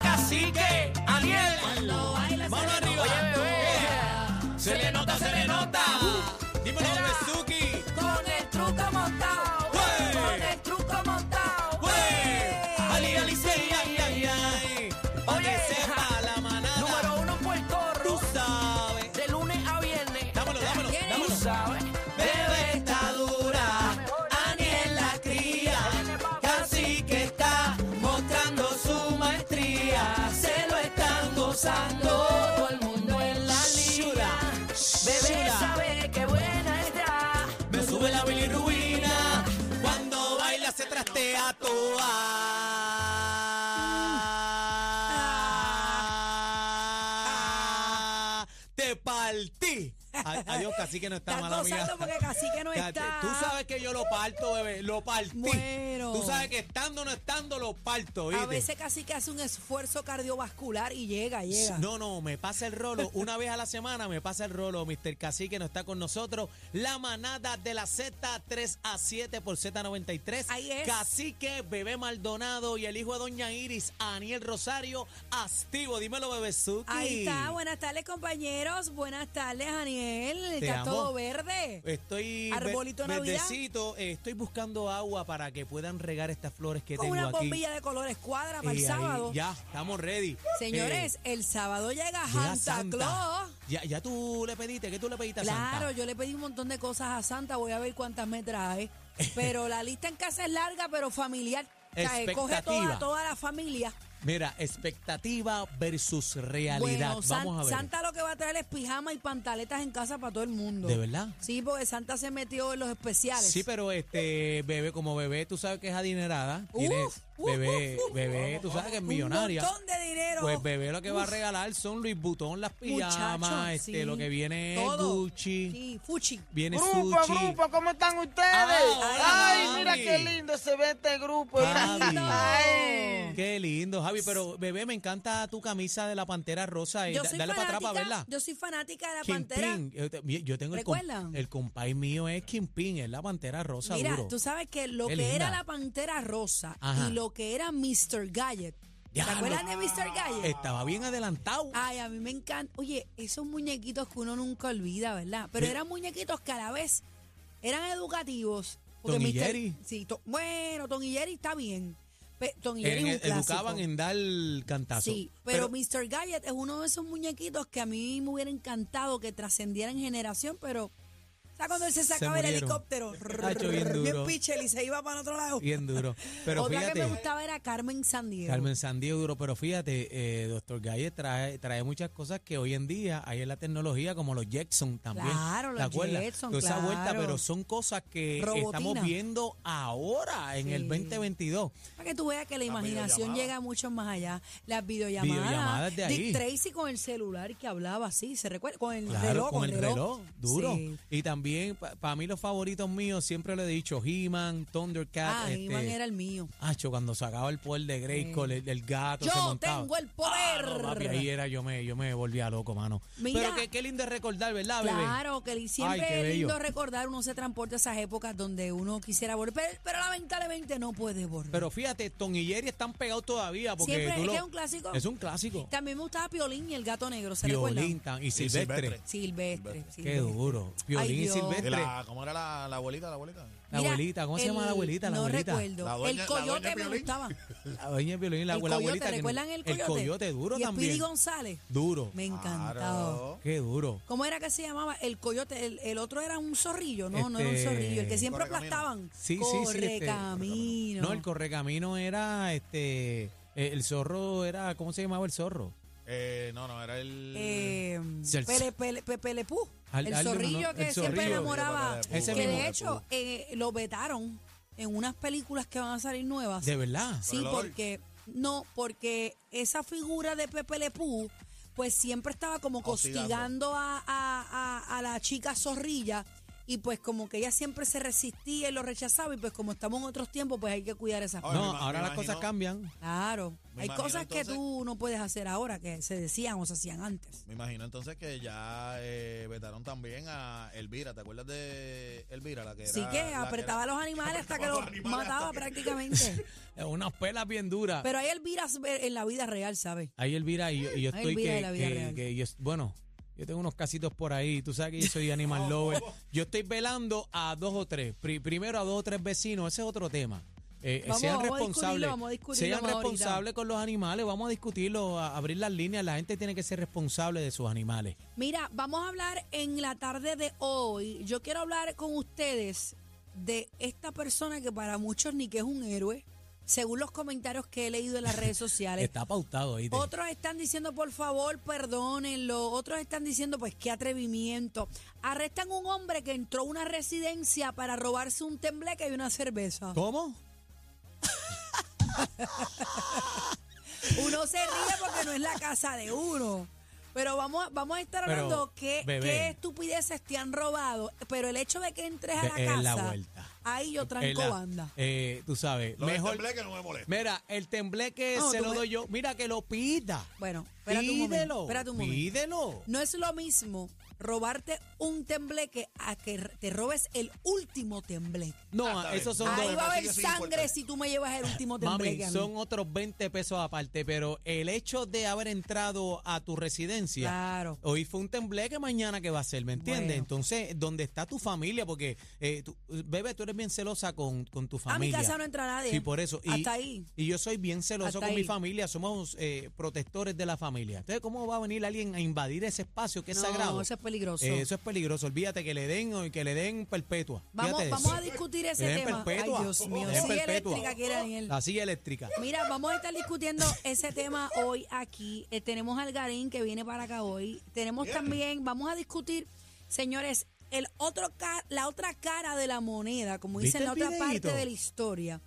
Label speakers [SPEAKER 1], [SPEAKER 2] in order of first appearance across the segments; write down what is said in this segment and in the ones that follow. [SPEAKER 1] Así que, Aniel, mano arriba. Se le nota, se le nota.
[SPEAKER 2] uh,
[SPEAKER 1] Dímelo, Besuki.
[SPEAKER 2] Con el truco montado.
[SPEAKER 1] Wey.
[SPEAKER 2] Con el truco montado.
[SPEAKER 1] Wey.
[SPEAKER 2] Wey.
[SPEAKER 1] Ali, ali, sí, ay, ay, ay. Para que
[SPEAKER 2] Oye,
[SPEAKER 1] sepa la manada.
[SPEAKER 2] Número uno en Puerto
[SPEAKER 1] Tú
[SPEAKER 2] Rico.
[SPEAKER 1] sabes.
[SPEAKER 2] De lunes a viernes.
[SPEAKER 1] Dámelo, dámelo,
[SPEAKER 2] Tú
[SPEAKER 1] dámelo.
[SPEAKER 2] sabes.
[SPEAKER 1] Bebe está dura, Aniel la cría, casi que está mostrando su maestría, se lo están gozando todo el mundo en la liga.
[SPEAKER 2] Bebé
[SPEAKER 1] Shura.
[SPEAKER 2] sabe que buena está.
[SPEAKER 1] Me sube la bilirrubina, cuando baila se trastea toa. Te partí. Ay, Adiós, casi que no está
[SPEAKER 3] Estás
[SPEAKER 1] mala amiga.
[SPEAKER 3] gozando porque casi que no
[SPEAKER 1] Cállate.
[SPEAKER 3] está.
[SPEAKER 1] Tú sabes que yo lo parto, bebé, lo partí.
[SPEAKER 3] Muero.
[SPEAKER 1] Tú sabes que estando o no estando lo parto, ¿viste?
[SPEAKER 3] A veces casi que hace un esfuerzo cardiovascular y llega, llega.
[SPEAKER 1] No, no, me pasa el rolo. Una vez a la semana me pasa el rolo. Mr. Cacique no está con nosotros. La manada de la Z 3 a 7 por Z93.
[SPEAKER 3] Ahí es.
[SPEAKER 1] Cacique, Bebé Maldonado y el hijo de Doña Iris, Aniel Rosario, activo. Dímelo, Bebé Suki.
[SPEAKER 3] Ahí está, buenas tardes compañeros, buenas tardes Daniel,
[SPEAKER 1] Te
[SPEAKER 3] está
[SPEAKER 1] amo. Eh,
[SPEAKER 3] todo verde.
[SPEAKER 1] Estoy ver-
[SPEAKER 3] Arbolito de Navidad.
[SPEAKER 1] verdecito, eh, estoy buscando agua para que puedan regar estas flores que
[SPEAKER 3] Con
[SPEAKER 1] tengo
[SPEAKER 3] una
[SPEAKER 1] aquí.
[SPEAKER 3] bombilla de colores cuadra para
[SPEAKER 1] Y
[SPEAKER 3] el
[SPEAKER 1] ahí,
[SPEAKER 3] sábado.
[SPEAKER 1] ya, estamos ready.
[SPEAKER 3] Señores, el sábado llega
[SPEAKER 1] Eh, llega
[SPEAKER 3] Santa, Claus.
[SPEAKER 1] Ya, ya tú le pediste, ¿qué tú le pediste a Santa?
[SPEAKER 3] Claro, yo le pedí un montón de cosas a Santa, voy a ver cuántas me trae. Pero la lista en casa es larga, pero familiar. O sea, eh, coge
[SPEAKER 1] Expectativa.
[SPEAKER 3] toda, toda la familia.
[SPEAKER 1] Mira, expectativa versus realidad.
[SPEAKER 3] Bueno, San-
[SPEAKER 1] Vamos a ver.
[SPEAKER 3] Santa lo que va a traer es pijama y pantaletas en casa para todo el mundo.
[SPEAKER 1] ¿De verdad?
[SPEAKER 3] Sí, porque Santa se metió en los especiales.
[SPEAKER 1] Sí, pero este bebé, como bebé, tú sabes que es adinerada.
[SPEAKER 3] Uf,
[SPEAKER 1] Tiene-
[SPEAKER 3] uf,
[SPEAKER 1] bebé,
[SPEAKER 3] uf, uf.
[SPEAKER 1] bebé, tú sabes que es millonaria.
[SPEAKER 3] uh, Un montón de dinero.
[SPEAKER 1] Pues bebé lo que va a
[SPEAKER 3] Uf,
[SPEAKER 1] regalar son Luis Butón, las pijamas,
[SPEAKER 3] muchacho,
[SPEAKER 1] este,
[SPEAKER 3] sí.
[SPEAKER 1] lo que viene es
[SPEAKER 3] Todo.
[SPEAKER 1] Gucci,
[SPEAKER 3] Sí, Fuchi.
[SPEAKER 1] viene
[SPEAKER 4] Grupo,
[SPEAKER 1] Sushi.
[SPEAKER 4] grupo, ¿cómo están ustedes?
[SPEAKER 1] Ah, hola,
[SPEAKER 4] Ay,
[SPEAKER 1] Javi.
[SPEAKER 4] mira qué lindo se ve este grupo. mira.
[SPEAKER 1] Javi.
[SPEAKER 4] Ay.
[SPEAKER 1] Qué lindo, Javi, pero bebé, me encanta tu camisa de la Pantera Rosa. eh,
[SPEAKER 3] Yo
[SPEAKER 1] da-
[SPEAKER 3] soy
[SPEAKER 1] dale para atrás
[SPEAKER 3] fanática,
[SPEAKER 1] para verla.
[SPEAKER 3] Yo soy fanática de la
[SPEAKER 1] Kingpin,
[SPEAKER 3] pantera.
[SPEAKER 1] yo te- mi- Yo tengo el, comp
[SPEAKER 3] ¿Recuerdan?
[SPEAKER 1] el compay mío es Kingpin, es la Pantera Rosa
[SPEAKER 3] Mira,
[SPEAKER 1] duro.
[SPEAKER 3] tú sabes que lo
[SPEAKER 1] Qué
[SPEAKER 3] que era
[SPEAKER 1] linda.
[SPEAKER 3] la pantera rosa
[SPEAKER 1] Ajá.
[SPEAKER 3] y lo que era Mr. Gadget. ¿Te
[SPEAKER 1] Diablo.
[SPEAKER 3] acuerdas de Mr. Gadget?
[SPEAKER 1] Estaba bien adelantado.
[SPEAKER 3] Ay, a mí me encanta. Oye, esos muñequitos que uno nunca olvida, ¿verdad? Pero
[SPEAKER 1] Sí.
[SPEAKER 3] eran muñequitos que a la vez eran educativos.
[SPEAKER 1] Tom y
[SPEAKER 3] Mr.
[SPEAKER 1] Jerry.
[SPEAKER 3] Sí, to- bueno, Tom y Jerry está bien. Pe- Tom y Jerry
[SPEAKER 1] En- e-,
[SPEAKER 3] es un clásico.
[SPEAKER 1] educaban en dar cantazo.
[SPEAKER 3] Sí, pero, Mr. Gadget es uno de esos muñequitos que a mí me hubiera encantado que trascendieran generación, pero... O sea, cuando él se
[SPEAKER 1] Se
[SPEAKER 3] sacaba el
[SPEAKER 1] murieron.
[SPEAKER 3] helicóptero,
[SPEAKER 1] Hacho, bien duro.
[SPEAKER 3] pichel y se iba para el otro lado.
[SPEAKER 1] bien duro. Pero
[SPEAKER 3] Otra que me
[SPEAKER 1] fíjate,
[SPEAKER 3] gustaba era Carmen Sandiego.
[SPEAKER 1] Carmen Sandiego duro, pero fíjate, eh, Doctor Galle trae, trae muchas cosas que hoy en día hay en la tecnología, como los Jetson también.
[SPEAKER 3] Claro,
[SPEAKER 1] ¿te
[SPEAKER 3] los
[SPEAKER 1] acuerdas?
[SPEAKER 3] Jetson,
[SPEAKER 1] Toda esa vuelta,
[SPEAKER 3] claro.
[SPEAKER 1] pero son cosas que
[SPEAKER 3] Robotina.
[SPEAKER 1] estamos viendo ahora, en el
[SPEAKER 3] Sí.
[SPEAKER 1] 2022.
[SPEAKER 3] Para que tú veas que la imaginación llega mucho más allá. Las videollamadas.
[SPEAKER 1] Videollamadas de ahí.
[SPEAKER 3] Dick Tracy con el celular que hablaba así, ¿se recuerda? Con el
[SPEAKER 1] Claro,
[SPEAKER 3] reloj.
[SPEAKER 1] con el reloj, duro.
[SPEAKER 3] Sí.
[SPEAKER 1] Y también, para mí, los favoritos míos, siempre lo he dicho: He-Man, Thundercat.
[SPEAKER 3] Ah,
[SPEAKER 1] este,
[SPEAKER 3] Iván era el mío.
[SPEAKER 1] Acho, cuando sacaba el poder de Grayskull, el, el gato se
[SPEAKER 3] Yo
[SPEAKER 1] montaba.
[SPEAKER 3] tengo el
[SPEAKER 1] Ah, no,
[SPEAKER 3] poder.
[SPEAKER 1] papi, ahí era, yo me, yo me volvía loco, mano.
[SPEAKER 3] Mira.
[SPEAKER 1] Pero qué, qué lindo es recordar, ¿verdad, Ah, bebé?
[SPEAKER 3] Claro, que siempre
[SPEAKER 1] Ay, qué
[SPEAKER 3] es
[SPEAKER 1] bello.
[SPEAKER 3] lindo recordar, uno se transporta a esas épocas donde uno quisiera volver, pero, pero lamentablemente no puede volver.
[SPEAKER 1] Pero fíjate, Tom y Jerry están pegados todavía porque
[SPEAKER 3] Siempre,
[SPEAKER 1] tú
[SPEAKER 3] es
[SPEAKER 1] lo-
[SPEAKER 3] que es un clásico.
[SPEAKER 1] es un clásico.
[SPEAKER 3] También me gustaba Piolín y el gato negro, ¿se
[SPEAKER 1] Violín
[SPEAKER 3] recuerda?
[SPEAKER 1] tan- y Silvestre.
[SPEAKER 5] Silvestre.
[SPEAKER 3] Silvestre.
[SPEAKER 1] Qué
[SPEAKER 3] Silvestre.
[SPEAKER 1] duro. Violín y
[SPEAKER 3] Dios.
[SPEAKER 1] Silvestre.
[SPEAKER 5] De
[SPEAKER 1] La,
[SPEAKER 5] la, ¿Cómo era la, la abuelita? La abuelita.
[SPEAKER 3] Mira,
[SPEAKER 1] abuelita, ¿cómo se llama
[SPEAKER 3] el-
[SPEAKER 1] la abuelita? La
[SPEAKER 3] no
[SPEAKER 1] abuelita.
[SPEAKER 3] recuerdo.
[SPEAKER 5] La doña-
[SPEAKER 3] el
[SPEAKER 5] la
[SPEAKER 3] coyote
[SPEAKER 5] doña
[SPEAKER 3] me
[SPEAKER 5] Piolín.
[SPEAKER 3] gustaba.
[SPEAKER 1] La doña de Violín, la,
[SPEAKER 3] el
[SPEAKER 1] abuela-
[SPEAKER 3] coyote,
[SPEAKER 1] abuelita. que-
[SPEAKER 3] ¿recuerdan el coyote?
[SPEAKER 1] El coyote duro
[SPEAKER 3] y
[SPEAKER 1] también.
[SPEAKER 3] Speedy González.
[SPEAKER 1] Duro.
[SPEAKER 3] Me encantaba.
[SPEAKER 5] Claro.
[SPEAKER 1] Qué duro.
[SPEAKER 3] ¿Cómo era que se llamaba? El coyote, el, el otro era un zorrillo, no, no era un
[SPEAKER 1] Este-
[SPEAKER 3] zorrillo, el que siempre
[SPEAKER 5] Correcamino.
[SPEAKER 3] aplastaban.
[SPEAKER 1] Sí, sí, sí, este,
[SPEAKER 3] Correcamino.
[SPEAKER 1] No, el correcamino era este. eh, El zorro era. ¿Cómo se llamaba el zorro?
[SPEAKER 5] Eh, no, no, era el.
[SPEAKER 3] Eh,
[SPEAKER 1] Sí, el-
[SPEAKER 3] Pele, Pele- Pe- Pelepú,
[SPEAKER 1] Al-
[SPEAKER 3] el
[SPEAKER 1] al-
[SPEAKER 3] zorrillo
[SPEAKER 1] no,
[SPEAKER 3] que
[SPEAKER 1] el
[SPEAKER 3] siempre
[SPEAKER 1] zorrillo.
[SPEAKER 3] enamoraba.
[SPEAKER 1] Ese
[SPEAKER 3] que
[SPEAKER 1] mismo.
[SPEAKER 3] de hecho eh, lo vetaron en unas películas que van a salir nuevas.
[SPEAKER 1] De verdad.
[SPEAKER 3] Sí,
[SPEAKER 5] Olor.
[SPEAKER 3] porque no, porque esa figura de Pepe Lepú, pues siempre estaba como
[SPEAKER 5] Hostigando.
[SPEAKER 3] costigando a, a- a- a la chica zorrilla y pues como que ella siempre se resistía y lo rechazaba y pues como estamos en otros tiempos pues hay que cuidar esas
[SPEAKER 5] Ahora, me
[SPEAKER 1] No,
[SPEAKER 5] ima-
[SPEAKER 1] ahora
[SPEAKER 5] me
[SPEAKER 1] las cosas
[SPEAKER 5] imagino-
[SPEAKER 1] cambian.
[SPEAKER 3] Claro,
[SPEAKER 5] Me
[SPEAKER 3] hay
[SPEAKER 5] imagino
[SPEAKER 3] cosas que
[SPEAKER 5] entonces-
[SPEAKER 3] tú no puedes hacer ahora que se decían o se hacían antes.
[SPEAKER 5] Me imagino entonces que ya eh, vetaron también a Elvira. ¿Te acuerdas de Elvira? La que
[SPEAKER 3] Así
[SPEAKER 5] era-
[SPEAKER 3] que
[SPEAKER 5] la era-
[SPEAKER 3] apretaba a los animales hasta que
[SPEAKER 5] apretaba
[SPEAKER 3] los
[SPEAKER 5] a los animales
[SPEAKER 3] mataba
[SPEAKER 5] hasta que-
[SPEAKER 3] prácticamente.
[SPEAKER 1] Eh, Unas pelas bien duras.
[SPEAKER 3] Pero hay Elviras en la vida real, ¿sabes?
[SPEAKER 1] Ahí Elvira y yo, y yo
[SPEAKER 3] Ay,
[SPEAKER 1] estoy
[SPEAKER 3] Elvira de
[SPEAKER 1] que,
[SPEAKER 3] la vida
[SPEAKER 1] que-
[SPEAKER 3] real.
[SPEAKER 1] que yo- bueno, yo tengo unos casitos por ahí, tú sabes que yo soy animal lover. Yo estoy velando a dos o tres, pri- primero a dos o tres vecinos, ese es otro tema. Eh, eh,
[SPEAKER 3] Vamos-
[SPEAKER 1] sean
[SPEAKER 3] vamos a discutirlo,
[SPEAKER 1] responsables,
[SPEAKER 3] vamos a discutirlo
[SPEAKER 1] sean
[SPEAKER 3] más ahorita.
[SPEAKER 1] responsables con los animales, vamos a discutirlo, a abrir las líneas, la gente tiene que ser responsable de sus animales.
[SPEAKER 3] Mira, vamos a hablar en la tarde de hoy. Yo quiero hablar con ustedes de esta persona que para muchos ni que es un héroe, según los comentarios que he leído en las redes sociales.
[SPEAKER 1] Está pautado ahí.
[SPEAKER 3] Otros están diciendo, por favor, perdónenlo. Otros están diciendo, pues qué atrevimiento. Arrestan un hombre que entró a una residencia para robarse un tembleque y una cerveza.
[SPEAKER 1] ¿Cómo?
[SPEAKER 3] Uno se ríe porque no es la casa de uno. Pero vamos, a- vamos a estar
[SPEAKER 1] Pero,
[SPEAKER 3] hablando qué,
[SPEAKER 1] bebé.
[SPEAKER 3] qué estupideces te han robado. Pero el hecho de que entres a la
[SPEAKER 1] De- es
[SPEAKER 3] casa,
[SPEAKER 1] la vuelta.
[SPEAKER 3] ahí yo
[SPEAKER 1] Es
[SPEAKER 3] tranco
[SPEAKER 1] la-
[SPEAKER 3] banda.
[SPEAKER 1] eh, tú sabes,
[SPEAKER 5] Lo este
[SPEAKER 1] mejor.
[SPEAKER 5] del tembleque no me molesta.
[SPEAKER 1] Mira, el tembleque
[SPEAKER 3] No,
[SPEAKER 1] se
[SPEAKER 3] tú
[SPEAKER 1] lo
[SPEAKER 3] me-
[SPEAKER 1] doy yo. Mira que lo pida.
[SPEAKER 3] Bueno, espérate un momento.
[SPEAKER 1] pídelo,
[SPEAKER 3] Espérate un momento.
[SPEAKER 1] Pídelo.
[SPEAKER 3] No es lo mismo robarte un tembleque a que r- te robes el último tembleque.
[SPEAKER 1] No,
[SPEAKER 5] está
[SPEAKER 1] esos son
[SPEAKER 5] bien.
[SPEAKER 1] dos.
[SPEAKER 3] Ahí va a haber
[SPEAKER 5] Eso es
[SPEAKER 3] sangre
[SPEAKER 5] importante.
[SPEAKER 3] si tú me llevas el último
[SPEAKER 1] Mami,
[SPEAKER 3] tembleque a mí.
[SPEAKER 1] son otros 20 pesos aparte, pero el hecho de haber entrado a tu residencia,
[SPEAKER 3] Claro.
[SPEAKER 1] hoy fue un tembleque, mañana que va a ser, ¿me entiendes?
[SPEAKER 3] Bueno.
[SPEAKER 1] Entonces, ¿dónde está tu familia? Porque, eh, tú- bebé, tú eres bien celosa con, con tu
[SPEAKER 3] A mi
[SPEAKER 1] familia.
[SPEAKER 3] casa no entra nadie.
[SPEAKER 1] Sí, por eso. Y,
[SPEAKER 3] Hasta ahí.
[SPEAKER 1] Y yo soy bien celoso
[SPEAKER 3] Hasta
[SPEAKER 1] con mi
[SPEAKER 3] ahí.
[SPEAKER 1] familia, somos eh, protectores de la familia. Entonces, ¿cómo va a venir alguien a invadir ese espacio que es
[SPEAKER 3] no,
[SPEAKER 1] sagrado?
[SPEAKER 3] eso es peligroso.
[SPEAKER 1] Eh, eso es peligroso, olvídate que le den o que le den perpetua.
[SPEAKER 3] Vamos,
[SPEAKER 1] Fíjate
[SPEAKER 3] vamos
[SPEAKER 1] eso.
[SPEAKER 3] a discutir ese
[SPEAKER 1] Ven
[SPEAKER 3] tema.
[SPEAKER 1] perpetua.
[SPEAKER 3] Ay, Dios mío.
[SPEAKER 1] Ven
[SPEAKER 3] Sí,
[SPEAKER 1] perpetua.
[SPEAKER 3] eléctrica quiere Daniel.
[SPEAKER 1] La silla eléctrica.
[SPEAKER 3] Mira, vamos a estar discutiendo ese tema hoy aquí. Eh, tenemos al Garín que viene para acá hoy. Tenemos también, vamos a discutir, señores, el otro ca- la otra cara de la moneda, como
[SPEAKER 1] ¿Viste
[SPEAKER 3] dicen la
[SPEAKER 1] el
[SPEAKER 3] otra
[SPEAKER 1] videíto?
[SPEAKER 3] parte de la historia.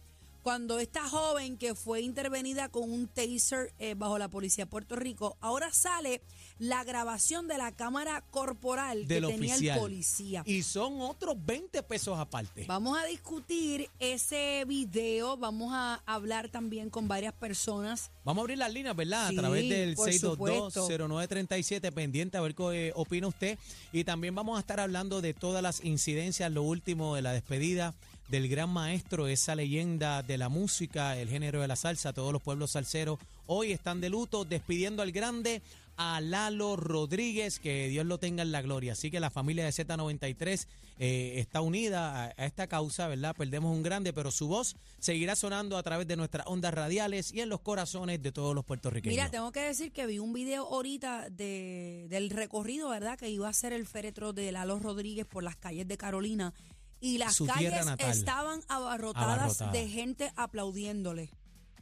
[SPEAKER 3] Cuando esta joven que fue intervenida con un taser eh, bajo la policía de Puerto Rico, ahora sale la grabación de la cámara corporal
[SPEAKER 1] del
[SPEAKER 3] que tenía
[SPEAKER 1] oficial.
[SPEAKER 3] el policía.
[SPEAKER 1] Y son otros 20 pesos aparte.
[SPEAKER 3] Vamos a discutir ese video, vamos a hablar también con varias personas.
[SPEAKER 1] Vamos a abrir las líneas, ¿verdad?
[SPEAKER 3] Sí,
[SPEAKER 1] a través del
[SPEAKER 3] por supuesto.
[SPEAKER 1] 622-0937, pendiente a ver qué eh, opina usted. Y también vamos a estar hablando de todas las incidencias, lo último de la despedida del gran maestro, esa leyenda de la música, el género de la salsa, todos los pueblos salseros. Hoy están de luto, despidiendo al grande, a Lalo Rodríguez, que Dios lo tenga en la gloria. Así que la familia de Z93 eh, está unida a, a esta causa, ¿verdad? Perdemos un grande, pero su voz seguirá sonando a través de nuestras ondas radiales y en los corazones de todos los puertorriqueños.
[SPEAKER 3] Mira, tengo que decir que vi un video ahorita de, del recorrido, ¿verdad? Que iba a hacer el féretro de Lalo Rodríguez por las calles de Carolina. Y las
[SPEAKER 1] Su tierra
[SPEAKER 3] calles
[SPEAKER 1] natal.
[SPEAKER 3] estaban abarrotadas
[SPEAKER 1] Abarrotada.
[SPEAKER 3] de gente aplaudiéndole.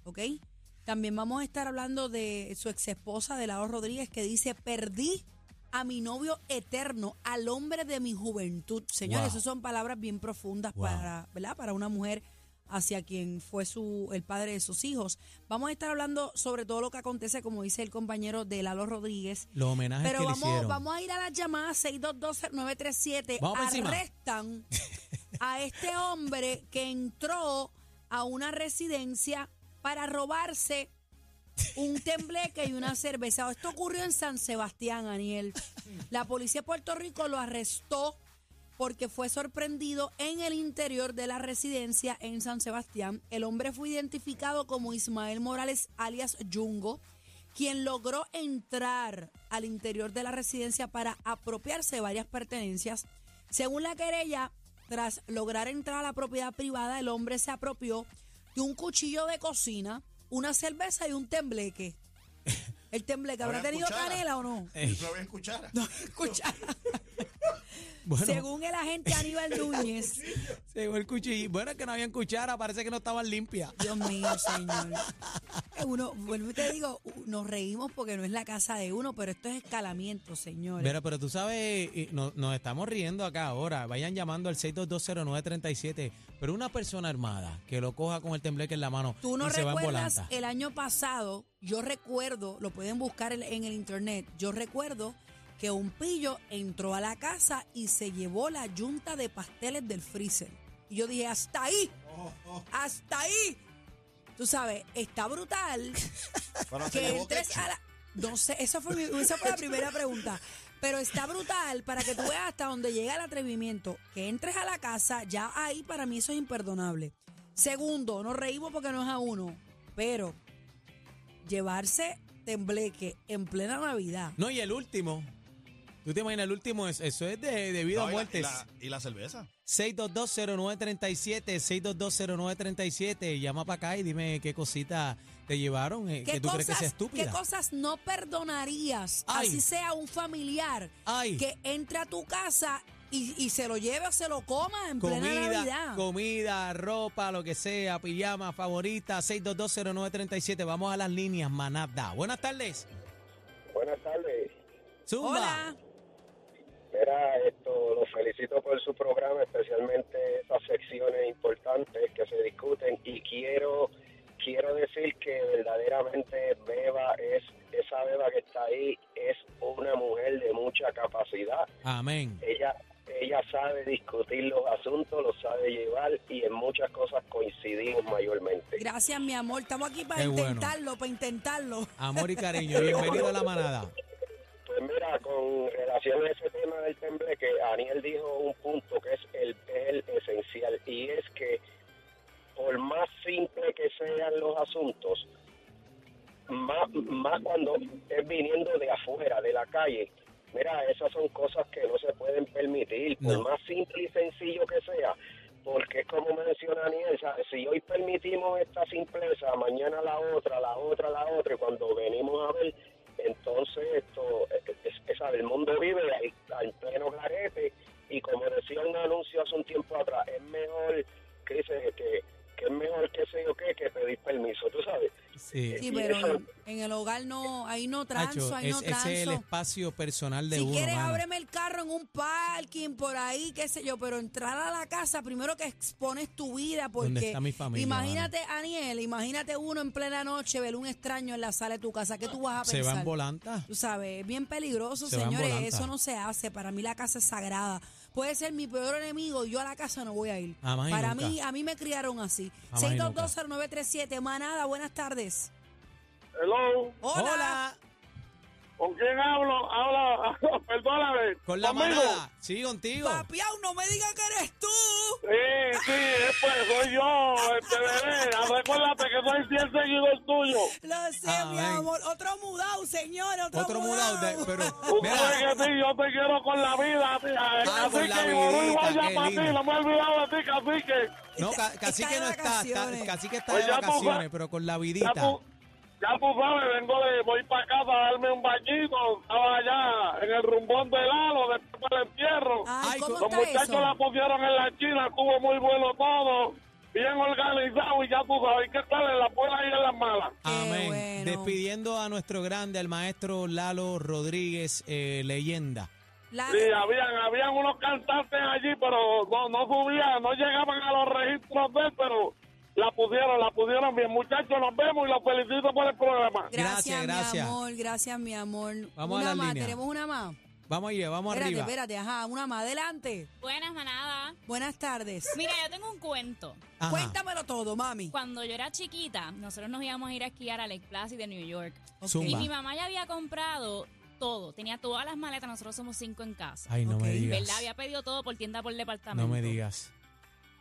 [SPEAKER 3] ¿Ok? También vamos a estar hablando de su exesposa de Lalo Rodríguez que dice, perdí a mi novio eterno, al hombre de mi juventud. Señores,
[SPEAKER 1] Wow.
[SPEAKER 3] esas son palabras bien profundas
[SPEAKER 1] Wow.
[SPEAKER 3] para, ¿verdad? Para una mujer hacia quien fue su, el padre de sus hijos. Vamos a estar hablando sobre todo lo que acontece, como dice el compañero de Lalo Rodríguez.
[SPEAKER 1] los homenajes
[SPEAKER 3] Pero
[SPEAKER 1] que le
[SPEAKER 3] vamos,
[SPEAKER 1] hicieron.
[SPEAKER 3] vamos a ir a las llamadas 622-937.
[SPEAKER 1] Vamos por encima.
[SPEAKER 3] Arrestan a este hombre que entró a una residencia para robarse un tembleque y una cerveza. Esto ocurrió en San Sebastián, Aniel. La policía de Puerto Rico lo arrestó porque fue sorprendido en el interior de la residencia en San Sebastián. El hombre fue identificado como Ismael Morales, alias Yungo, quien logró entrar al interior de la residencia para apropiarse de varias pertenencias. Según la querella, tras lograr entrar a la propiedad privada, el hombre se apropió de un cuchillo de cocina, una cerveza y un tembleque. El tembleque, ¿habrá
[SPEAKER 5] Habrán
[SPEAKER 3] tenido
[SPEAKER 5] cuchara.
[SPEAKER 3] canela o no?
[SPEAKER 1] Ey,
[SPEAKER 5] Lo voy a escuchar.
[SPEAKER 3] Cuchara.
[SPEAKER 1] bueno, según,
[SPEAKER 3] Según el agente Aníbal Núñez.
[SPEAKER 1] el cuchillo. Bueno, es que no habían cuchara, parece que no estaban limpias.
[SPEAKER 3] Dios mío, señor. Eh, Uno, vuelvo y te digo, u- nos reímos porque no es la casa de uno, pero esto es escalamiento, señor.
[SPEAKER 1] Pero, pero tú sabes, eh, no- nos, estamos riendo acá ahora. Vayan llamando al 6220937. Pero una persona armada que lo coja con el tembleque en la mano
[SPEAKER 3] Tú no
[SPEAKER 1] y se va en
[SPEAKER 3] recuerdas
[SPEAKER 1] volanta.
[SPEAKER 3] el año pasado, yo recuerdo, lo pueden buscar en, en el internet, yo recuerdo que un pillo entró a la casa y se llevó la yunta de pasteles del freezer. Y yo dije, hasta ahí, hasta ahí. Tú sabes, está brutal
[SPEAKER 5] Bueno, se
[SPEAKER 3] que
[SPEAKER 5] llevó
[SPEAKER 3] entres
[SPEAKER 5] ketchup.
[SPEAKER 3] a la... No sé, esa fue, mi- esa fue la primera pregunta. Pero está brutal para que tú veas hasta dónde llega el atrevimiento. Que entres a la casa, ya ahí para mí eso es imperdonable. Segundo, nos reímos porque no es a uno. Pero llevarse tembleque en plena Navidad.
[SPEAKER 1] No, y el último. ¿Tú te imaginas el último? Es- Eso es de, de vida
[SPEAKER 5] No,
[SPEAKER 1] o
[SPEAKER 5] y la- y
[SPEAKER 1] muertes.
[SPEAKER 5] la- y la cerveza.
[SPEAKER 1] 6220937, 6220937. Llama para acá y dime qué cosita te llevaron, eh, que tú crees que sea estúpida.
[SPEAKER 3] qué cosas no perdonarías?
[SPEAKER 1] Ay.
[SPEAKER 3] Así sea un familiar
[SPEAKER 1] Ay.
[SPEAKER 3] que entra a tu casa y, y se lo lleve o se lo coma en plena
[SPEAKER 1] Comida,
[SPEAKER 3] Navidad.
[SPEAKER 1] comida, ropa, lo que sea, pijama favorita, 6220937. Vamos a las líneas, manada. Buenas tardes.
[SPEAKER 6] Buenas tardes.
[SPEAKER 1] Zumba.
[SPEAKER 3] Hola.
[SPEAKER 6] Mira, esto, los felicito por su programa, especialmente esas secciones importantes que se discuten. Y quiero quiero decir que verdaderamente Beba es, esa Beba que está ahí, es una mujer de mucha capacidad.
[SPEAKER 1] Amén.
[SPEAKER 6] Ella, ella sabe discutir los asuntos, los sabe llevar y en muchas cosas coincidimos mayormente.
[SPEAKER 3] Gracias, mi amor. Estamos aquí para
[SPEAKER 1] Qué bueno.
[SPEAKER 3] intentarlo, para intentarlo.
[SPEAKER 1] Amor y cariño. Bienvenido a la manada.
[SPEAKER 6] Pues mira, con relación a ese tema del tembleque, Aniel dijo un punto que es el, es el esencial y es que por más simple que sean los asuntos, más, más cuando es viniendo de afuera, de la calle, mira, esas son cosas que no se pueden permitir, por
[SPEAKER 1] No.
[SPEAKER 6] más simple y sencillo que sea, porque es como menciona Aniel, ¿sabes? si hoy permitimos esta simpleza, mañana la otra, la otra, la otra, y cuando venimos a ver, entonces esto, eh, eh, es- ¿sabes? el mundo vive ahí, en pleno garete, y como decía un anuncio hace un tiempo atrás, es mejor, que dice que, que es mejor que sé yo qué, que pedir permiso, tú sabes.
[SPEAKER 1] Sí.
[SPEAKER 3] Sí, pero en el hogar no, ahí no transo,
[SPEAKER 1] Hacho,
[SPEAKER 3] ahí no
[SPEAKER 1] es, ese es el
[SPEAKER 3] transo.
[SPEAKER 1] espacio personal de
[SPEAKER 3] Si
[SPEAKER 1] uno.
[SPEAKER 3] quieres,
[SPEAKER 1] mano.
[SPEAKER 3] ábreme el carro en un parking, por ahí, qué sé yo, pero entrar a la casa, primero que expones tu vida, porque
[SPEAKER 1] está mi familia,
[SPEAKER 3] imagínate, Aniel, imagínate uno en plena noche ver un extraño en la sala de tu casa, ¿qué tú vas a
[SPEAKER 1] Se
[SPEAKER 3] pensar?
[SPEAKER 1] va en volanta.
[SPEAKER 3] Tú sabes, es bien peligroso,
[SPEAKER 1] Se va en
[SPEAKER 3] señores.
[SPEAKER 1] volanta.
[SPEAKER 3] Eso no se hace. Para mí la casa es sagrada. Puede ser mi peor enemigo y yo a la casa no voy a ir.
[SPEAKER 1] Jamás y
[SPEAKER 3] Para
[SPEAKER 1] nunca.
[SPEAKER 3] mí, a mí me criaron así.
[SPEAKER 1] Jamás y
[SPEAKER 3] 6220937, manada, buenas tardes.
[SPEAKER 7] Hello,
[SPEAKER 3] Hola.
[SPEAKER 7] ¿con quién hablo? Habla, perdóname.
[SPEAKER 1] Con la
[SPEAKER 7] ¿Conmigo?
[SPEAKER 1] manada. Sí, contigo.
[SPEAKER 3] Papiao, no me digas que eres tú.
[SPEAKER 7] Sí, sí, es, pues soy yo, este bebé. Recuérdate que soy fiel seguidor tuyo.
[SPEAKER 3] Lo sé, mi
[SPEAKER 1] Amén.
[SPEAKER 3] amor. Otro mudao, señor. Otro,
[SPEAKER 1] Ah, Otro mudado. de- pero,
[SPEAKER 7] Tú sabes
[SPEAKER 1] mira,
[SPEAKER 7] que sí, yo te quiero con la vida, tía.
[SPEAKER 1] Ah, con
[SPEAKER 7] Así
[SPEAKER 1] la
[SPEAKER 7] que Ború
[SPEAKER 1] vidita,
[SPEAKER 7] vaya
[SPEAKER 1] qué
[SPEAKER 7] para ti,
[SPEAKER 1] lindo.
[SPEAKER 7] no me he olvidado de ti, cacique.
[SPEAKER 1] no,
[SPEAKER 3] Está-
[SPEAKER 1] ca- casi
[SPEAKER 3] está
[SPEAKER 1] que
[SPEAKER 3] de
[SPEAKER 1] no está, está.
[SPEAKER 3] vacaciones.
[SPEAKER 1] Casi que está
[SPEAKER 7] Pues
[SPEAKER 1] de
[SPEAKER 7] ya tú
[SPEAKER 1] vacaciones,
[SPEAKER 7] sabes.
[SPEAKER 1] pero con la
[SPEAKER 7] Ya
[SPEAKER 1] vidita.
[SPEAKER 7] tú, ya tú sabes, vengo de, voy para casa a darme un bañito. Estaba allá en el rumbón del halo, después del entierro.
[SPEAKER 3] Ay,
[SPEAKER 1] Ay,
[SPEAKER 3] Ah, ¿cómo
[SPEAKER 7] Los
[SPEAKER 1] con-
[SPEAKER 3] está
[SPEAKER 7] muchachos
[SPEAKER 3] eso?
[SPEAKER 7] la pusieron en la China, estuvo muy bueno todo, bien organizado y ya tú sabes que tal en las buenas y en las malas.
[SPEAKER 3] Qué
[SPEAKER 1] Amén.
[SPEAKER 3] bueno.
[SPEAKER 1] Despidiendo a nuestro grande, al maestro Lalo Rodríguez, eh, leyenda.
[SPEAKER 3] La-
[SPEAKER 7] Sí, habían, habían unos cantantes allí, pero no, no subían, no llegaban a los registros de él, pero la pusieron, la pusieron bien. Muchachos, nos vemos y los felicito por el programa.
[SPEAKER 1] Gracias,
[SPEAKER 3] Gracias,
[SPEAKER 1] gracias.
[SPEAKER 3] mi amor. Gracias, mi amor.
[SPEAKER 1] Vamos a
[SPEAKER 3] una
[SPEAKER 1] las
[SPEAKER 3] más,
[SPEAKER 1] líneas.
[SPEAKER 3] tenemos una más.
[SPEAKER 1] Vamos allá, vamos
[SPEAKER 3] espérate,
[SPEAKER 1] arriba.
[SPEAKER 3] espérate, ajá, una más. Adelante.
[SPEAKER 8] Buenas manada.
[SPEAKER 3] Buenas tardes.
[SPEAKER 8] Mira, yo tengo un cuento.
[SPEAKER 1] Ajá.
[SPEAKER 3] Cuéntamelo todo, mami.
[SPEAKER 8] Cuando yo era chiquita, nosotros nos íbamos a ir a esquiar a Lake Placid de New York.
[SPEAKER 3] Ok.
[SPEAKER 8] Y
[SPEAKER 1] Zumba.
[SPEAKER 8] mi mamá ya había comprado todo, tenía todas las maletas, nosotros somos cinco en casa.
[SPEAKER 1] Ay, no
[SPEAKER 3] Ok.
[SPEAKER 1] me digas.
[SPEAKER 8] ¿Verdad? Había pedido todo por tienda por departamento.
[SPEAKER 1] no me digas.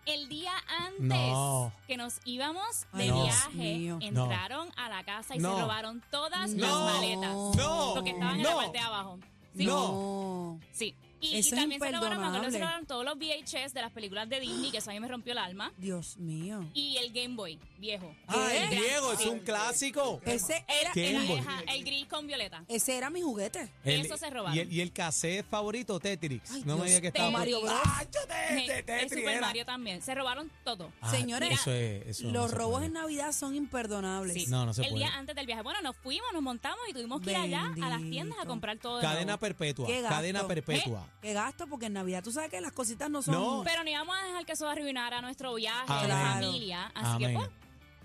[SPEAKER 8] El día antes
[SPEAKER 1] No.
[SPEAKER 8] que nos íbamos
[SPEAKER 3] Ay,
[SPEAKER 8] de
[SPEAKER 1] Dios
[SPEAKER 8] viaje,
[SPEAKER 3] mío.
[SPEAKER 1] No.
[SPEAKER 8] entraron a la casa y
[SPEAKER 1] No.
[SPEAKER 8] se robaron todas
[SPEAKER 3] No.
[SPEAKER 8] las maletas.
[SPEAKER 1] No.
[SPEAKER 8] Porque estaban en
[SPEAKER 1] No.
[SPEAKER 8] la parte de abajo. Sí.
[SPEAKER 3] No.
[SPEAKER 8] Sí. Y, y
[SPEAKER 3] Eso es
[SPEAKER 8] también se robaron, me acuerdo, se
[SPEAKER 3] imperdonable.
[SPEAKER 8] robaron todos los VHS de las películas de Disney, que eso a mí me rompió el alma.
[SPEAKER 3] Dios mío.
[SPEAKER 8] y el Game Boy viejo.
[SPEAKER 1] Ay,
[SPEAKER 8] Gran-
[SPEAKER 1] Diego, es
[SPEAKER 8] sí.
[SPEAKER 1] un clásico.
[SPEAKER 3] Ese era,
[SPEAKER 8] El,
[SPEAKER 1] Game
[SPEAKER 3] era-
[SPEAKER 1] Boy.
[SPEAKER 8] ajá, el gris con violeta.
[SPEAKER 3] ese era mi juguete.
[SPEAKER 8] Eso se robaron.
[SPEAKER 1] Y el, y el cassette favorito, Tetris.
[SPEAKER 3] Ay,
[SPEAKER 1] no
[SPEAKER 3] Dios,
[SPEAKER 1] me digas que
[SPEAKER 8] Tetris.
[SPEAKER 1] estaba.
[SPEAKER 3] Mario Bros.
[SPEAKER 1] Ay, yo te-
[SPEAKER 8] Me-
[SPEAKER 1] te-
[SPEAKER 8] el
[SPEAKER 1] Tetris
[SPEAKER 8] Super
[SPEAKER 1] era.
[SPEAKER 8] Mario también. Se robaron todo.
[SPEAKER 1] Ah,
[SPEAKER 3] Señores,
[SPEAKER 1] eso es- eso no
[SPEAKER 3] Los
[SPEAKER 1] se
[SPEAKER 3] robos
[SPEAKER 1] puede.
[SPEAKER 3] en Navidad son imperdonables.
[SPEAKER 8] Sí.
[SPEAKER 1] No, no se
[SPEAKER 8] el
[SPEAKER 1] puede.
[SPEAKER 8] día antes del viaje. Bueno, nos fuimos, nos montamos y tuvimos que ir allá a las tiendas a
[SPEAKER 3] Bendito.
[SPEAKER 8] comprar todo. de
[SPEAKER 1] Cadena
[SPEAKER 8] nuevo.
[SPEAKER 1] perpetua.
[SPEAKER 3] Qué
[SPEAKER 1] ah,
[SPEAKER 3] gasto. ¿Eh?
[SPEAKER 1] Cadena perpetua.
[SPEAKER 3] Qué gasto, porque en Navidad tú sabes que las cositas no son.
[SPEAKER 1] No.
[SPEAKER 8] Pero no íbamos a dejar que eso arruinara nuestro viaje, a
[SPEAKER 1] Amén.
[SPEAKER 8] la familia. Así que,
[SPEAKER 1] Amén.
[SPEAKER 8] pues,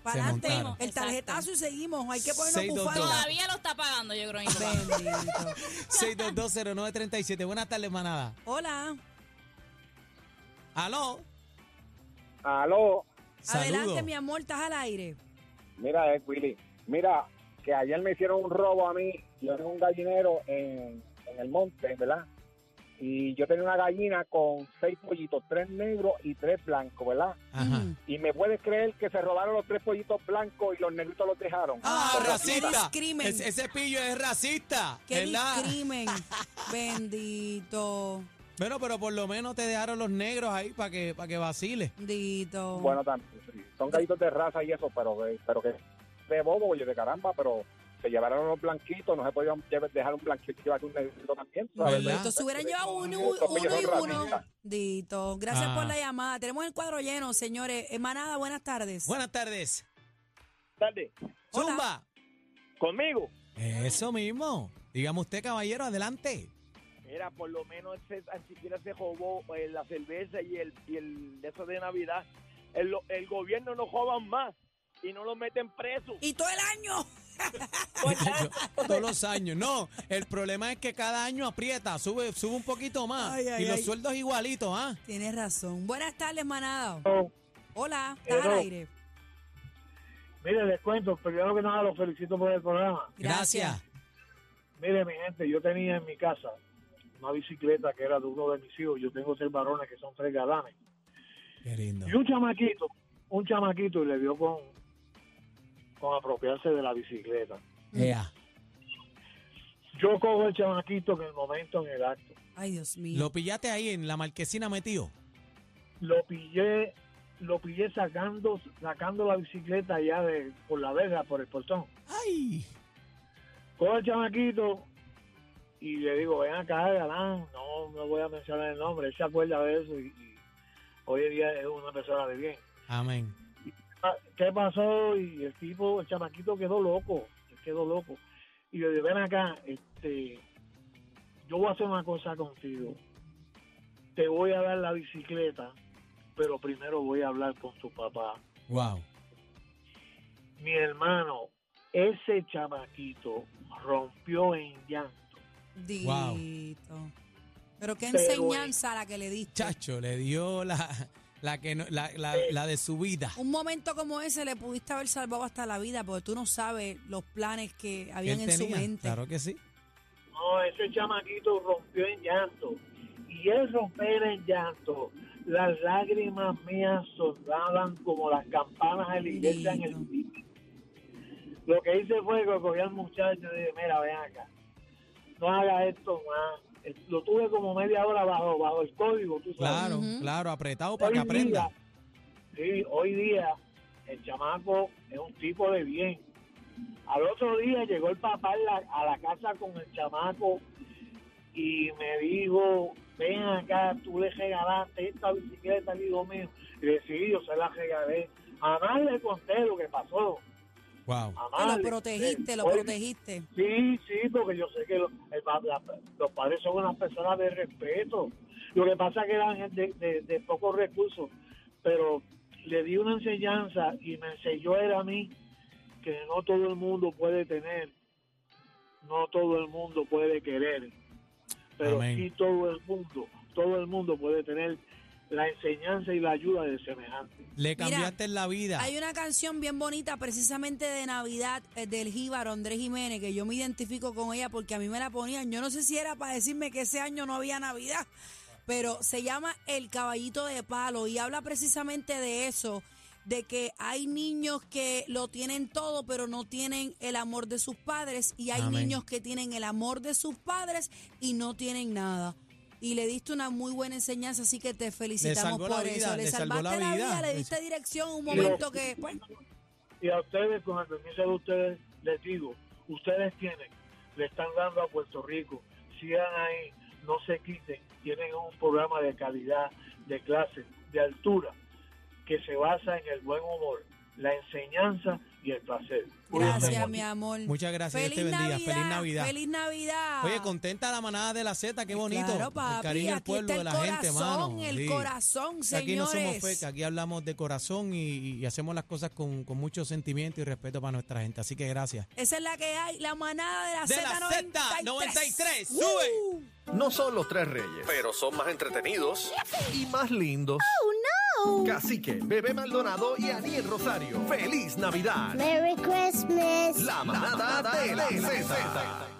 [SPEAKER 3] Para adelante,
[SPEAKER 1] montaron.
[SPEAKER 3] el tarjetazo y seguimos. Hay que ponernos
[SPEAKER 1] 622.
[SPEAKER 3] bufanda.
[SPEAKER 8] Todavía lo está pagando, yo creo, mi papá.
[SPEAKER 3] Bendito.
[SPEAKER 8] pues.
[SPEAKER 1] 6220937. Buenas tardes, manada.
[SPEAKER 3] Hola,
[SPEAKER 1] Aló.
[SPEAKER 9] Aló,
[SPEAKER 3] adelante
[SPEAKER 1] Saludos.
[SPEAKER 3] mi amor, estás al aire.
[SPEAKER 9] mira, eh, Willy, mira, que ayer me hicieron un robo a mí, yo tengo un gallinero en, en el monte, ¿verdad? Y yo tenía una gallina con seis pollitos, tres negros y tres blancos, ¿verdad?
[SPEAKER 1] Ajá.
[SPEAKER 3] Mm.
[SPEAKER 9] Y me puedes creer que se robaron los tres pollitos blancos y los negritos los dejaron.
[SPEAKER 1] Ah,
[SPEAKER 3] qué
[SPEAKER 1] racista.
[SPEAKER 3] discrimen.
[SPEAKER 1] Ese, ese pillo es racista,
[SPEAKER 3] Qué
[SPEAKER 1] ¿verdad?
[SPEAKER 3] discrimen. Bendito.
[SPEAKER 1] Bueno, pero por lo menos te dejaron los negros ahí para que, para que vacile.
[SPEAKER 3] Bendito.
[SPEAKER 9] Bueno, también, sí. son gallitos de raza y eso, pero, eh, pero que de bobo, oye, de caramba, pero se llevaron los blanquitos, no se podían llevar- dejar un blanquito llevar un negrito también, ¿sabes?
[SPEAKER 1] ¿Verdad?
[SPEAKER 3] Entonces hubieran llevado uno,
[SPEAKER 9] Estos pillos
[SPEAKER 3] uno y
[SPEAKER 9] son
[SPEAKER 3] uno.
[SPEAKER 9] racistas.
[SPEAKER 3] Dito. Gracias
[SPEAKER 1] Ah.
[SPEAKER 3] por la llamada. Tenemos el cuadro lleno, señores. Eh, Manada, buenas tardes.
[SPEAKER 1] Buenas tardes.
[SPEAKER 9] Tarde,
[SPEAKER 3] Hola.
[SPEAKER 1] Zumba.
[SPEAKER 9] conmigo.
[SPEAKER 1] Eso mismo. Dígame usted, caballero, adelante.
[SPEAKER 9] Mira, por lo menos se, ni siquiera se robó eh, la cerveza y el, y el de eso de Navidad. El, lo- el gobierno no jodan más y no lo meten preso.
[SPEAKER 3] Y todo el año.
[SPEAKER 1] Yo- todos los años. No, el problema es que cada año aprieta, sube, sube un poquito más.
[SPEAKER 3] Ay, ay,
[SPEAKER 1] y los
[SPEAKER 3] ay.
[SPEAKER 1] sueldos igualitos, ¿ah?
[SPEAKER 3] Tienes razón. Buenas tardes, Manada. Hola, estás
[SPEAKER 6] Hello.
[SPEAKER 3] al aire.
[SPEAKER 6] Mire, les cuento, primero que nada los felicito por el programa.
[SPEAKER 1] Gracias.
[SPEAKER 6] Mire, mi gente, yo tenía en mi casa una bicicleta que era de uno de mis hijos. Yo tengo tres varones que son tres galanes.
[SPEAKER 1] Qué lindo.
[SPEAKER 6] Y un chamaquito, un chamaquito le dio con, con apropiarse de la bicicleta.
[SPEAKER 1] Ea,
[SPEAKER 6] Yo cojo el chamaquito en el momento, en el acto.
[SPEAKER 3] Ay, Dios mío.
[SPEAKER 1] Lo pillaste ahí en la marquesina metido.
[SPEAKER 6] Lo pillé, lo pillé sacando, sacando la bicicleta ya de, por la verga, por el portón.
[SPEAKER 1] Ay.
[SPEAKER 6] Cojo el chamaquito y le digo, ven acá, galán, no, no voy a mencionar el nombre, él se acuerda de eso y, y hoy en día es una persona de bien.
[SPEAKER 1] Amén.
[SPEAKER 6] "Ah, ¿Qué pasó? Y el tipo, el chamaquito quedó loco, él quedó loco. Y le digo, ven acá, este, yo voy a hacer una cosa contigo. Te voy a dar la bicicleta, pero primero voy a hablar con tu papá.
[SPEAKER 1] Wow.
[SPEAKER 6] Mi hermano, ese chamaquito rompió en llanto.
[SPEAKER 1] Wow.
[SPEAKER 3] Dito. Pero qué
[SPEAKER 6] Pero, eh,
[SPEAKER 3] enseñanza la que le diste.
[SPEAKER 1] Chacho, le dio la, la, que no- la, la- la de su vida.
[SPEAKER 3] Un momento como ese le pudiste haber salvado hasta la vida porque tú no sabes los planes que habían
[SPEAKER 1] Él
[SPEAKER 3] en su
[SPEAKER 1] tenía,
[SPEAKER 3] mente.
[SPEAKER 1] Claro que sí.
[SPEAKER 6] No, ese chamaquito rompió en llanto. Y el romper en llanto, las lágrimas mías sonaban como las campanas de la iglesia en el Lo que hice fue que cogí al muchacho y dije, mira, ven acá, no haga esto más. Lo tuve como media hora bajo, bajo el código, tú sabes.
[SPEAKER 1] Claro,
[SPEAKER 3] Ujú.
[SPEAKER 1] claro, apretado para
[SPEAKER 6] Hoy
[SPEAKER 1] que
[SPEAKER 6] día,
[SPEAKER 1] aprenda.
[SPEAKER 6] Sí, hoy día el chamaco es un tipo de bien. Al otro día llegó el papá en la- a la casa con el chamaco y me dijo, ven acá, tú le regalaste esta bicicleta al hijo mío. Y le dije, sí, yo se la regalé. A más le conté lo que pasó.
[SPEAKER 1] Wow.
[SPEAKER 6] A
[SPEAKER 3] Tú
[SPEAKER 6] más
[SPEAKER 3] lo
[SPEAKER 6] le
[SPEAKER 3] protegiste,
[SPEAKER 6] conté.
[SPEAKER 3] lo
[SPEAKER 6] Hoy-
[SPEAKER 3] protegiste.
[SPEAKER 6] Sí, sí, porque yo sé que lo- el pa- la- los padres son unas personas de respeto. Lo que pasa es que eran gente de, de pocos recursos, pero le di una enseñanza y me enseñó él a mí que no todo el mundo puede tener, no todo el mundo puede querer, pero
[SPEAKER 1] Amén.
[SPEAKER 6] sí todo el mundo, todo el mundo puede tener la enseñanza y la ayuda de semejante.
[SPEAKER 1] Le cambiaste la vida.
[SPEAKER 3] Hay una canción bien bonita precisamente de Navidad eh, del Jíbaro Andrés Jiménez que yo me identifico con ella porque a mí me la ponían. Yo no sé si era para decirme que ese año no había Navidad, pero se llama El Caballito de Palo y habla precisamente de eso, de que hay niños que lo tienen todo pero no tienen el amor de sus padres y hay
[SPEAKER 1] Amén.
[SPEAKER 3] niños que tienen el amor de sus padres y no tienen nada. Y le diste una muy buena enseñanza, así que te felicitamos
[SPEAKER 1] salvó la
[SPEAKER 3] por
[SPEAKER 1] vida,
[SPEAKER 3] eso. Le,
[SPEAKER 1] le salvó
[SPEAKER 3] salvaste
[SPEAKER 1] la
[SPEAKER 3] la vida,
[SPEAKER 1] vida.
[SPEAKER 3] le
[SPEAKER 1] Le
[SPEAKER 3] diste dirección un
[SPEAKER 6] Sí.
[SPEAKER 3] momento que pues,
[SPEAKER 6] Y a ustedes, con el permiso de ustedes, les digo, ustedes tienen, le están dando a Puerto Rico, sigan ahí, no se quiten, tienen un programa de calidad, de clase, de altura, que se basa en el buen humor,
[SPEAKER 7] la enseñanza y el placer.
[SPEAKER 3] Gracias, mi amor.
[SPEAKER 1] Muchas gracias, Dios
[SPEAKER 3] Feliz
[SPEAKER 1] te bendiga.
[SPEAKER 3] Navidad,
[SPEAKER 1] Feliz Navidad.
[SPEAKER 3] Feliz Navidad.
[SPEAKER 1] Oye, contenta la manada de la Z, qué bonito.
[SPEAKER 3] Claro,
[SPEAKER 1] el
[SPEAKER 3] papi,
[SPEAKER 1] cariño del
[SPEAKER 3] aquí
[SPEAKER 1] pueblo,
[SPEAKER 3] está
[SPEAKER 1] de la
[SPEAKER 3] el
[SPEAKER 1] gente,
[SPEAKER 3] corazón,
[SPEAKER 1] mano.
[SPEAKER 3] el corazón,
[SPEAKER 1] Que Aquí no somos
[SPEAKER 3] señores.
[SPEAKER 1] fecas, aquí hablamos de corazón y, y hacemos las cosas con, con mucho sentimiento y respeto para nuestra gente. Así que gracias.
[SPEAKER 3] Esa es la que hay, la manada de la
[SPEAKER 1] De la Z93,
[SPEAKER 3] Z93. ¡Uh!
[SPEAKER 1] sube.
[SPEAKER 10] No son los tres reyes, pero son más entretenidos y más lindos. ¡Oh, no! Cacique, Bebé Maldonado y Aniel Rosario. ¡Feliz Navidad!
[SPEAKER 11] Merry Christmas.
[SPEAKER 10] La manada de la Z.